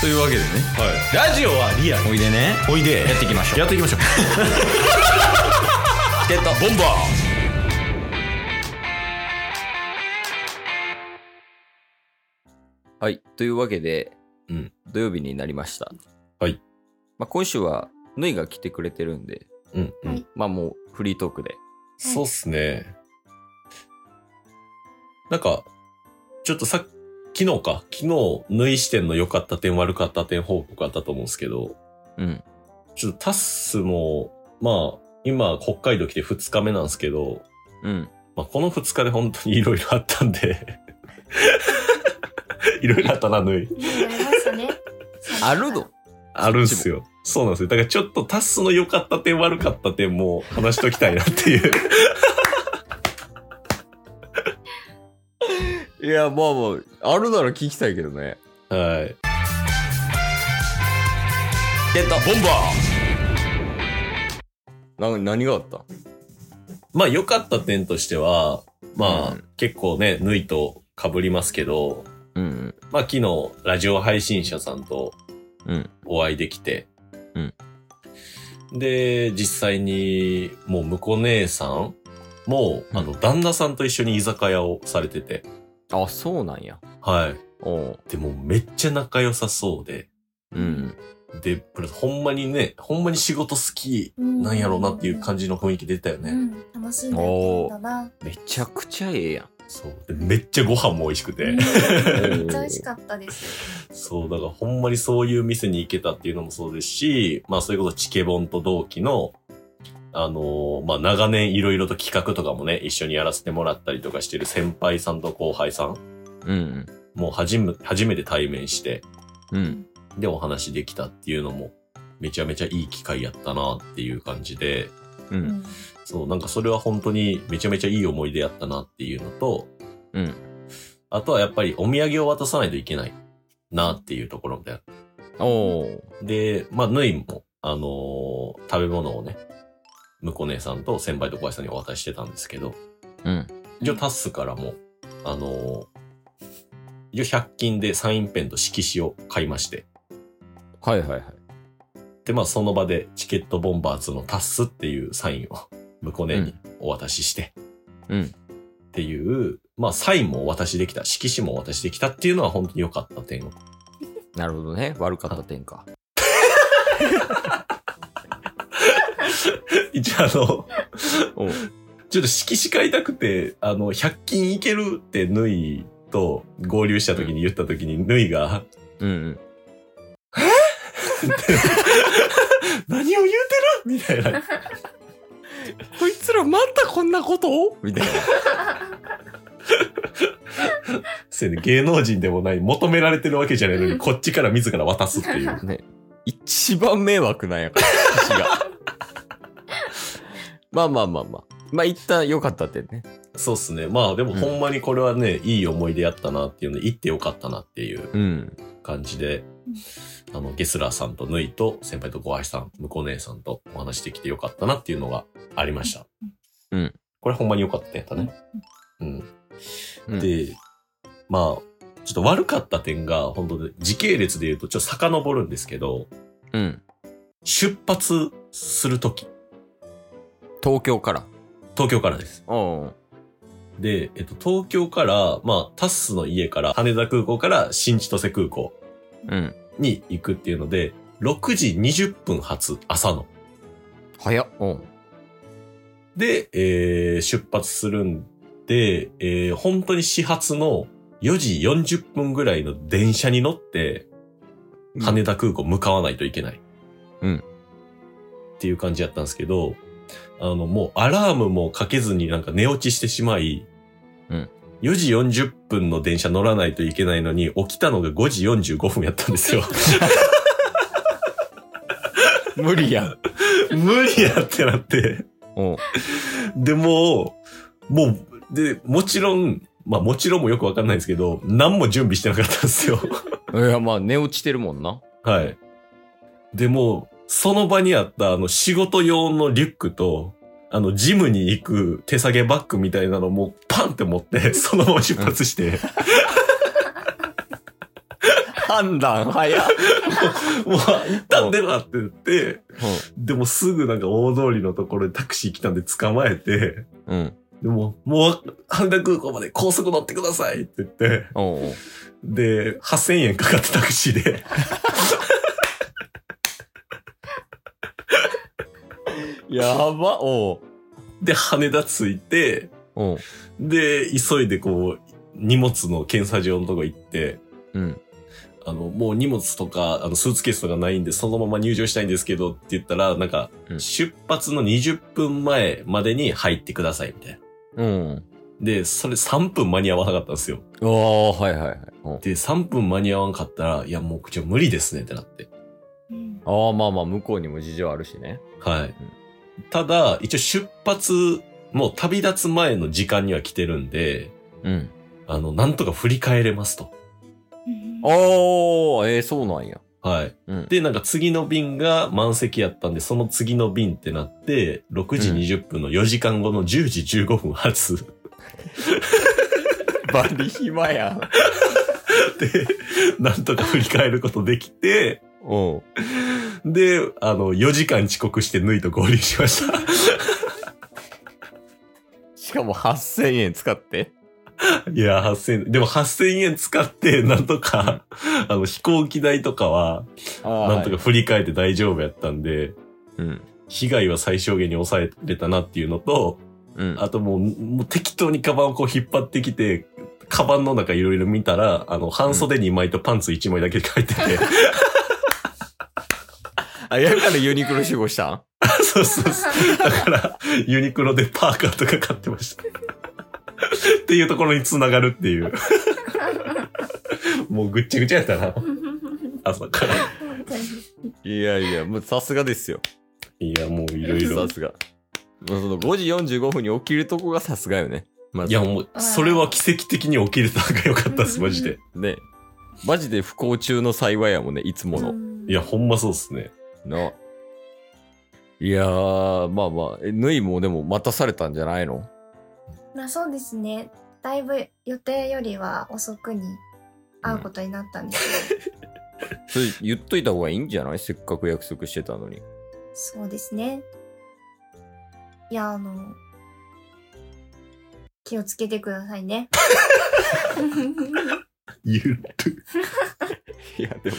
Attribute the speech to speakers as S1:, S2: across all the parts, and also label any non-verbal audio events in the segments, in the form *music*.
S1: というわけでね
S2: ラジオはリアル
S1: おいでね
S2: おいで
S1: やっていきましょう
S2: やってい
S1: *laughs*
S2: きましょう
S1: チケットボンバーはいというわけで、
S2: うん
S1: 土曜日になりました
S2: はい、
S1: まあ、今週はぬいが来てくれてるんで
S2: うんうん
S3: はい
S1: まあもうフリートークで
S2: そうっすね。なんか、ちょっとさっ昨日か、昨日、縫い視点の良かった点、悪かった点報告あったと思うんですけど、
S1: うん
S2: ちょっとタッスも、まあ、今、北海道来て2日目なんですけど、
S1: うん
S2: まあ、この2日で本当にいろいろあったん *laughs* で、いろいろあったな、縫い。
S3: ありましたね。
S1: あるの
S2: *laughs* あるんすよ。そうなんですよ。だからちょっとタッスの良かった点、悪かった点も話しときたいなっていう。
S1: いやまあまああるなら聞きたいけどね
S2: はい。
S1: チケットボンバーな何があった
S2: まあ良かった点としては、まあ、
S1: うん
S2: 結構ね、縫いと被りますけど、
S1: うん
S2: まあ昨日、ラジオ配信者さんと
S1: うん
S2: お会いできて、
S1: うん
S2: で、実際に、もう向こう姉さんも、
S1: うん
S2: あの、旦那さんと一緒に居酒屋をされてて、
S1: うんあそうなんや
S2: はい。
S1: おう
S2: でもめっちゃ仲良さそうで、
S1: うん
S2: で、プラスほんまにね、ほんまに仕事好きなんやろうなっていう感じの雰囲気出たよね。
S3: うん、楽しんでるだな。
S1: めちゃくちゃええやん
S2: そう。でめっちゃご飯も美味しくて。 *laughs*
S3: うんめっちゃ美味し
S1: う
S3: かったです。
S2: そう、だからほんまにそういう店に行けたっていうのもそうですし、まあそれこそチケボンと同期の、あのーまあ長年いろいろと企画とかもね、一緒にやらせてもらったりとかしてる先輩さんと後輩さん、
S1: ん
S2: もう初め、初めて対面して、
S1: うん
S2: でお話できたっていうのも、めちゃめちゃいい機会やったなっていう感じで、
S1: う
S3: うんん
S2: そう、なんかそれは本当にめちゃめちゃいい思い出やったなっていうのと、
S1: うん
S2: あとはやっぱりお土産を渡さないといけないなっていうところみたいな。
S1: おー
S2: で、まあ、ぬいも、あのー食べ物をね、向こう姉さんと先輩と小林さんにお渡ししてたんですけど、
S1: うん
S2: 一応タッスからも、あのー一応100均でサインペンと色紙を買いまして、
S1: はいはいはい
S2: で、まあ、その場でチケットボンバーズのタッスっていうサインを向こう姉にお渡しして、
S1: うん
S2: っていう、まあ、サインもお渡しできた、色紙もお渡しできたっていうのは本当に良かった点。
S1: なるほどね悪かった点か
S2: *laughs* 一応あの、
S1: おう
S2: ちょっと色紙買いたくて、あの、100均いけるってぬいと合流した時に言った時に、ぬいが、
S1: うんうん
S2: 何を言うてるみたいな。
S1: こいつらまたこんなことをみたいな
S2: せやね芸能人でもない、求められてるわけじゃないのに、こっちから自ら渡すっ
S1: *laughs*
S2: ていう。
S1: 一番迷惑なんやから私が *laughs* まあまあまあまあまあ一旦良かった点ね
S2: そうっすね。まあでも
S1: うん
S2: ほんまにこれはね、いい思い出やったなっていうので、行ってよかったなっていう
S1: うん
S2: 感じで、あの、ゲスラーさんとぬいと、先輩とご愛さん、向こう姉さんとお話できてよかったなっていうのがありました。
S1: うん。
S2: これほんまによかったやったね。うん。
S1: うん
S2: で、まあ、ちょっと悪かった点が、本当で時系列で言うとちょっと遡るんですけど、
S1: うん
S2: 出発するとき、
S1: 東京から
S2: 東京からです。
S1: おう
S2: で、えっと、東京から、まあ、タッスの家から、羽田空港から新千歳空港
S1: うん
S2: に行くっていうので、6時20分発、朝の。
S1: 早っおう
S2: で、えー出発するんで、えー本当に始発の4時40分ぐらいの電車に乗って、羽田空港向かわないといけない。
S1: うん
S2: っていう感じやったんですけど、あの、もうアラームもかけずになんか寝落ちしてしまい、
S1: うん
S2: 4時40分の電車乗らないといけないのに、起きたのが5時45分やったん
S1: *laughs*
S2: ですよ。
S1: 無理やん
S2: 無理やってなって。
S1: おう
S2: でもう、もう、で、もちろん、まあもちろんもよくわかんないですけど、何も準備してなかったんですよ。 *laughs*
S1: いやまあ寝落ちてるもんな
S2: はい。でも、その場にあった、あの、仕事用のリュックと、あの、ジムに行く手提げバッグみたいなのも、パンって持って、そのまま出発して。
S1: 判断早っ。
S2: もう、一旦出るなって言って、でもすぐなんか大通りのところでタクシー来たんで捕まえて、
S1: うん。うん
S2: でも、もう、羽田空港まで高速乗ってくださいって言って、
S1: おうおう。
S2: で、8000円かかってタクシ
S1: *laughs*
S2: ーで。
S1: やば。おう
S2: で、羽田着いて、
S1: おう。
S2: で、急いでこう、荷物の検査場のとこ行って、
S1: うん。
S2: あの、もう荷物とか、あの、スーツケースとかないんで、そのまま入場したいんですけどって言ったら、なんか
S1: う、ん
S2: 出発の20分前までに入ってください、みたいな。
S1: うん。
S2: で、それ3分間に合わなかったんですよ。
S1: おー、はいはいはい。うん
S2: で、3分間に合わんかったら、いや、もう、じゃあ無理ですねってなって。
S3: うん
S1: ああ、まあまあ、向こうにも事情あるしね。
S2: はい。ただ、一応出発、もう旅立つ前の時間には来てるんで、
S1: うん。
S2: あの、なんとか振り返れますと。
S3: うん
S1: おー、えー、そうなんや。
S2: はい。
S1: うん。
S2: で、なんか次の便が満席やったんで、その次の便ってなって、6時
S1: うん
S2: 20分の4時間後の10時15分発。 *laughs*
S1: バリ暇やん。
S2: で、なんとか振り返ることできて、
S1: *laughs* おう。
S2: で、あの、4時間遅刻して縫いと合流しました。 *laughs*
S1: しかも8000円使って。
S2: いや、8000円、でも8000円使って、なんとか、あの、飛行機代とかは、
S1: あ
S2: なんとか振り返って大丈夫やったんで、
S1: うん。
S2: 被害は最小限に抑えれたなっていうのと、
S1: うん。
S2: あともう、もう適当にカバンをこう引っ張ってきて、カバンの中いろいろ見たら、あの、半袖2枚とパンツ1枚だけ書いてて、
S1: あ、やからユニクロ集合したん
S2: *laughs* そうそうそう。だから、ユニクロでパーカーとか買ってました。っていうところに繋がるっていう。もうぐっちゃぐちゃやったな、朝から。
S3: 本当に
S1: いやいや、もうさすがですよ。
S2: いや、もういろいろ
S1: さ。すが。もうその5時45分に起きるとこがさすがよね。ま
S2: い
S1: ず
S2: や、もう、それは奇跡的に起きれたのが良かったです、マジで。
S1: ね。マジで不幸中の幸いやもんね、いつも
S3: う
S1: の。
S3: ん
S2: いや、ほんまそうっすね。
S1: な。いやー、まあまあ、えぬいもでも待たされたんじゃないの
S3: まあそうですね。だいぶ予定よりは遅くに会うことになったんですけど、
S1: それ言っといた方がいいんじゃないせっかく約束してた
S2: *laughs*
S1: のに。
S3: そうですね。いや、あの、気をつけてくださ
S2: *laughs*
S3: いね。 *laughs*
S2: ゆる。
S1: いや、で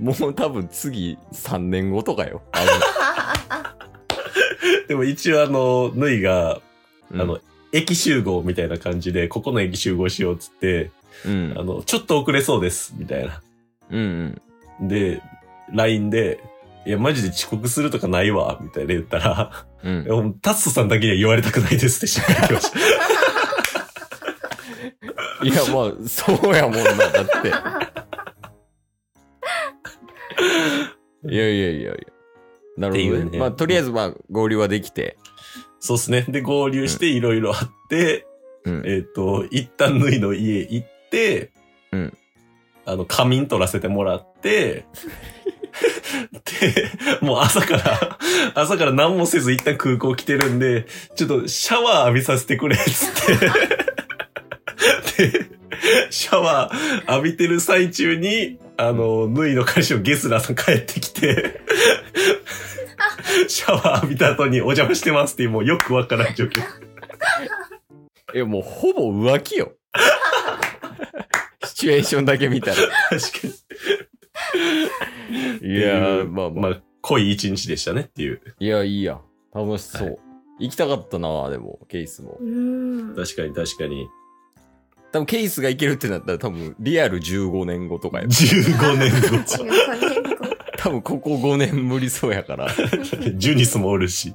S1: も、もう多分次3年後とかよ。あ
S2: でも一応、あの、ぬいが、あ
S1: の、
S2: の、駅集合みたいな感じで、ここの駅集合しようっつって、
S1: うん、
S2: あの、ちょっと遅れそうです、みたいな。
S1: うん、うん。
S2: で、LINE で、いや、マジで遅刻するとかないわ、みたいな言ったら、
S1: うん
S2: いやもうタッソさんだけには言われたくないですってしま
S1: *laughs*
S2: いました。
S1: いや、まあ、そうやもんな、だ
S2: *laughs*
S1: って。いやいやいやいや。なるほ
S2: って
S1: ど
S2: いう
S1: ね。
S2: ね
S1: まあ、とりあえず、まあ、合流はできて。
S2: そうですね。で、合流していろいろあって、
S1: うん。
S2: えっ、と、一旦ぬいの家行って、
S1: うん
S2: あの、仮眠取らせてもらって、で、もう朝から、朝から何もせず一旦空港来てるんで、ちょっとシャワー浴びさせてくれ、つって。で、シャワー浴びてる最中に、あの、ぬいの彼氏のゲスラーさん帰ってきて、シャワー浴びた後にお邪魔してますっていう、もうよくわからん状況。
S1: いや、もう、ほぼ浮気よ。シチュエーションだけ見たら。い
S2: 確かに。
S1: やー、まあま
S2: ま
S1: あ。
S2: あ、濃い一日でしたねっていう。
S1: いや、いいや。楽しそう。
S2: は
S1: 行きたかったな、でも、ケイスも
S3: う。ん。
S2: 確かに確かに。
S1: 多分、ケイスが行けるってなったら、多分、リアル15年後と *laughs* かや。
S2: 15年
S3: 15年後。
S1: 多分、ここ5年無理そうやから。
S2: 後。 *laughs* ジュニスもおるし。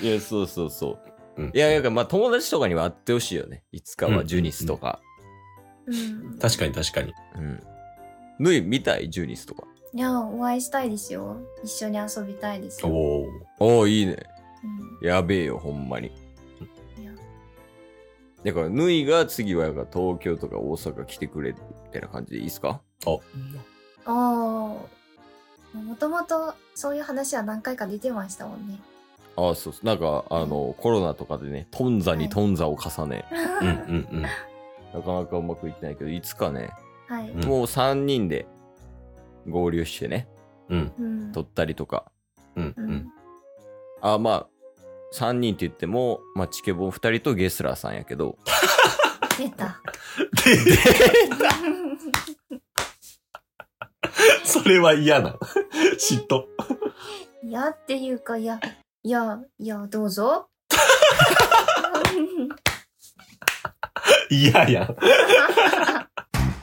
S1: いや、そうそうそう。
S2: うん
S1: いや、いや、まあ、友達とかには会ってほしいよね。いつかは、ジュニスとか。
S3: うん。
S2: 確かに確かに。
S1: うん。ぬい見たいジュニスとか。
S3: いや、お会いしたいですよ。一緒に遊びたいです
S2: お
S3: よ。
S2: お。
S1: おおいいね。
S3: うん
S1: やべえよ、ほんまに
S3: いや。
S1: だから、ぬいが次はやから東京とか大阪来てくれみたいな感じでいいっすか
S2: あ、
S3: ああ。もともとそういう話は何回か出てましたもんね。
S1: ああ、そうっす。なんか、あの、コロナとかでね、頓挫に頓挫を重ね、
S2: うんうんうん。
S1: なかなかうまくいってないけど、いつかね、
S3: はい。
S2: うん
S1: もう3人で、合流してね、
S2: うん、
S3: うん。
S1: 撮ったりとか。
S2: うん、
S3: う
S2: うん
S3: ん。。
S1: あ、まあ、3人って言っても、まあ、チケボン2人とゲスラーさんやけど、
S3: 出た。 *laughs*
S2: で、それは嫌な。嫉妬。
S3: いやっていうか、いや、いや、いや、どうぞ。
S2: 嫌やん。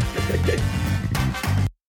S4: す